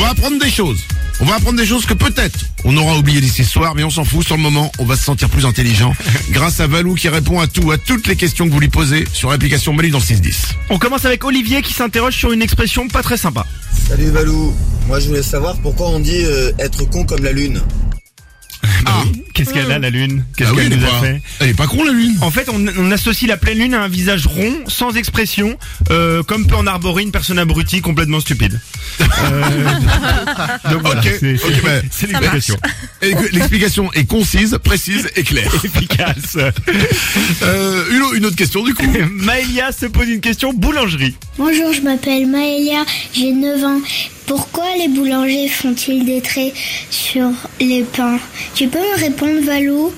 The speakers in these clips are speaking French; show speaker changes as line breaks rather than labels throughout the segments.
va apprendre des choses. On va apprendre des choses que peut-être on aura oublié d'ici ce soir, mais on s'en fout. Sur le moment, on va se sentir plus intelligent grâce à Valou qui répond à tout, à toutes les questions que vous lui posez sur l'application Mali dans le 610.
On commence avec Olivier qui s'interroge sur une expression pas très sympa.
Ah
Salut Valou, moi je voulais savoir pourquoi on dit euh, être con comme la lune.
Ah, qu'est-ce qu'elle a la lune Qu'est-ce
Ah oui,
qu'elle
elle est
nous a
pas-
fait
elle est pas con la lune.
En fait, on, on associe la pleine lune à un visage rond, sans expression, euh, comme peut en arborer une personne abrutie complètement stupide. Euh, donc voilà,
Ok,
c'est
ok, bah,
c'est l'explication.
Et que L'explication est concise, précise et claire.
Efficace.
Euh, une, au- une autre question du coup.
Maëlia se pose une question boulangerie.
Bonjour, je m'appelle Maëlia, j'ai 9 ans. Pourquoi les boulangers font-ils des traits sur les pains Tu peux me répondre, Valou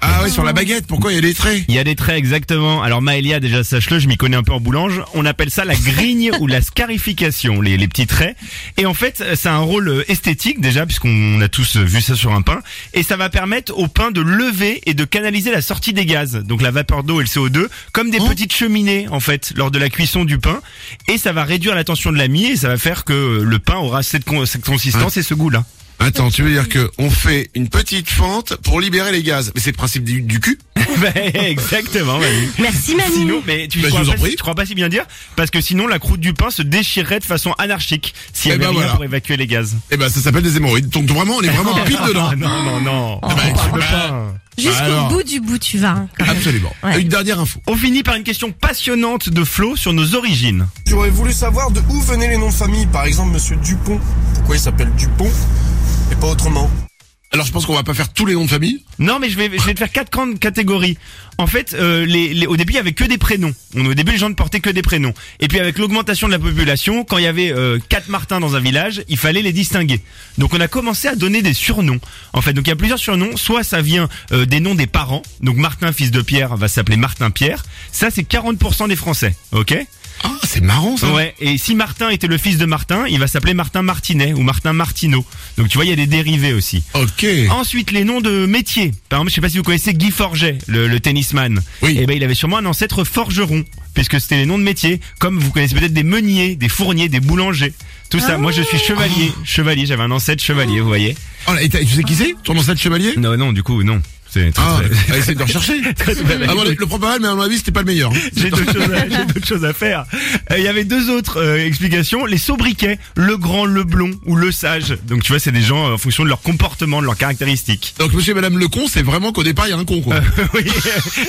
Ah ouais, sur la baguette, pourquoi il y a des traits
Il y a des traits exactement. Alors Maëlia, déjà sache-le, je m'y connais un peu en boulange. On appelle ça la grigne ou la scarification, les, les petits traits. Et en fait, ça a un rôle euh, esthétique déjà, puisqu'on a tous euh, vu ça sur un pain. Et ça va permettre au pain de lever et de canaliser la sortie des gaz, donc la vapeur d'eau et le CO2, comme des petites cheminées en fait, lors de la cuisson du pain. Et ça va réduire la tension de la mie et ça va faire que euh, le pain aura cette, con- cette consistance et ce goût-là.
Attends, tu veux dire que on fait une petite fente pour libérer les gaz Mais c'est le principe du, du cul
Bah, exactement, Manu.
Merci Manu.
Sinon, mais tu,
Bah, je
crois
vous en
pas,
prie.
tu crois pas si bien dire Parce que sinon, la croûte du pain se déchirerait de façon anarchique s'il y
Eh
avait
ben
rien
voilà.
pour évacuer les gaz.
Eh ben ça s'appelle des hémorroïdes. Donc vraiment, on est vraiment pile dedans.
Ah non, non, non.
Ah bah, tu peux pas.
Jusqu'au
Alors.
bout du bout, tu vas. hein, quand même.
Absolument.
Ouais.
Une dernière info.
On finit par une question passionnante de Flo sur nos origines.
J'aurais voulu savoir de où venaient les noms de famille. Par exemple, Monsieur Dupont. Pourquoi il s'appelle Dupont et pas autrement
Alors je pense qu'on va pas faire tous les noms de famille.
Non, mais je vais, je vais te faire quatre grandes catégories. En fait, euh, les, les- au début, il y avait que des prénoms. On, au début, les gens ne portaient que des prénoms. Et puis, avec l'augmentation de la population, quand il y avait euh, quatre Martins dans un village, il fallait les distinguer. Donc, on a commencé à donner des surnoms. En fait, donc il y a plusieurs surnoms. Soit ça vient euh, des noms des parents. Donc, Martin, fils de Pierre, va s'appeler Martin Pierre. Ça, c'est 40% des Français. Ok
Ah, c'est marrant ça.
Ouais, et si Martin était le fils de Martin, il va s'appeler Martin Martinet ou Martin Martineau. Donc, tu vois, il y a des dérivés aussi.
Ok.
Ensuite, les noms de métiers. Par exemple, je sais pas si vous connaissez Guy Forget, le, le tennisman.
Oui.
Eh ben, il avait sûrement un ancêtre forgeron, puisque c'était les noms de métiers. Comme vous connaissez peut-être des meuniers, des fourniers, des boulangers. Tout ça. Moi, je suis chevalier. Chevalier, j'avais un ancêtre chevalier, vous voyez.
Oh, là, et t'as- tu sais qui c'est Ton ancêtre chevalier
Non, non, du coup, non. C'est Mm. très,
Ah,
très-
ah, essaye de rechercher. ah, bon, le, le prends pas mal, mais à mon avis, c'était pas le meilleur.
J'ai d'autres choses, à- j'ai d'autres choses à faire. Euh, Il y avait deux autres euh, explications. Les sobriquets, le grand, le blond ou le sage. Donc tu vois, c'est des gens euh, en fonction de leur comportement, de leurs caractéristiques.
Donc monsieur et madame le con, c'est vraiment qu'au départ, il y a un con, quoi.
oui,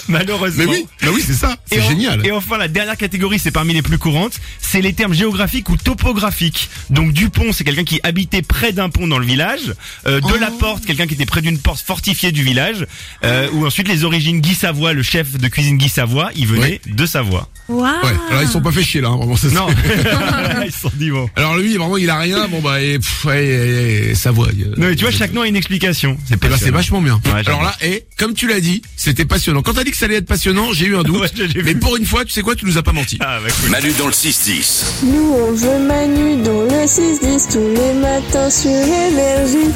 malheureusement.
mais oui, bah oui, c'est ça. C'est
Euh, Et en-
génial.
Et enfin, la dernière catégorie, c'est parmi les plus courantes, c'est les termes géographiques ou topographiques. Donc Dupont, c'est quelqu'un qui habitait près d'un pont dans le village. Euh, de
Oh.
la Porte, quelqu'un qui était près d'une porte fortifiée du village. Euh, ou ensuite les origines Guy Savoie, le chef de cuisine Guy Savoie, il venait de Savoie.
Waouh.
Ouais. Alors ils sont pas fait chier là, hein, vraiment. c'est-
Non, ils sont divants.
Alors lui, vraiment, il a rien. Bon bah, et, pff, ouais, et- et sa voix. il-
Non, mais tu vois, chaque nom a une explication. C'est
Eh ben, c'est
passionnant.
vachement bien.
Ouais, j'aime
Alors là, et comme tu l'as dit, c'était passionnant. Quand t'as dit que ça allait être passionnant, j'ai eu un doute.
Ouais, j'ai- j'ai
mais
vu.
pour une fois, tu sais quoi, tu nous as pas menti.
Ah, bah, cool.
Manu dans le 6-10.
Nous on veut Manu dans le 6-10 tous les matins sur énergie.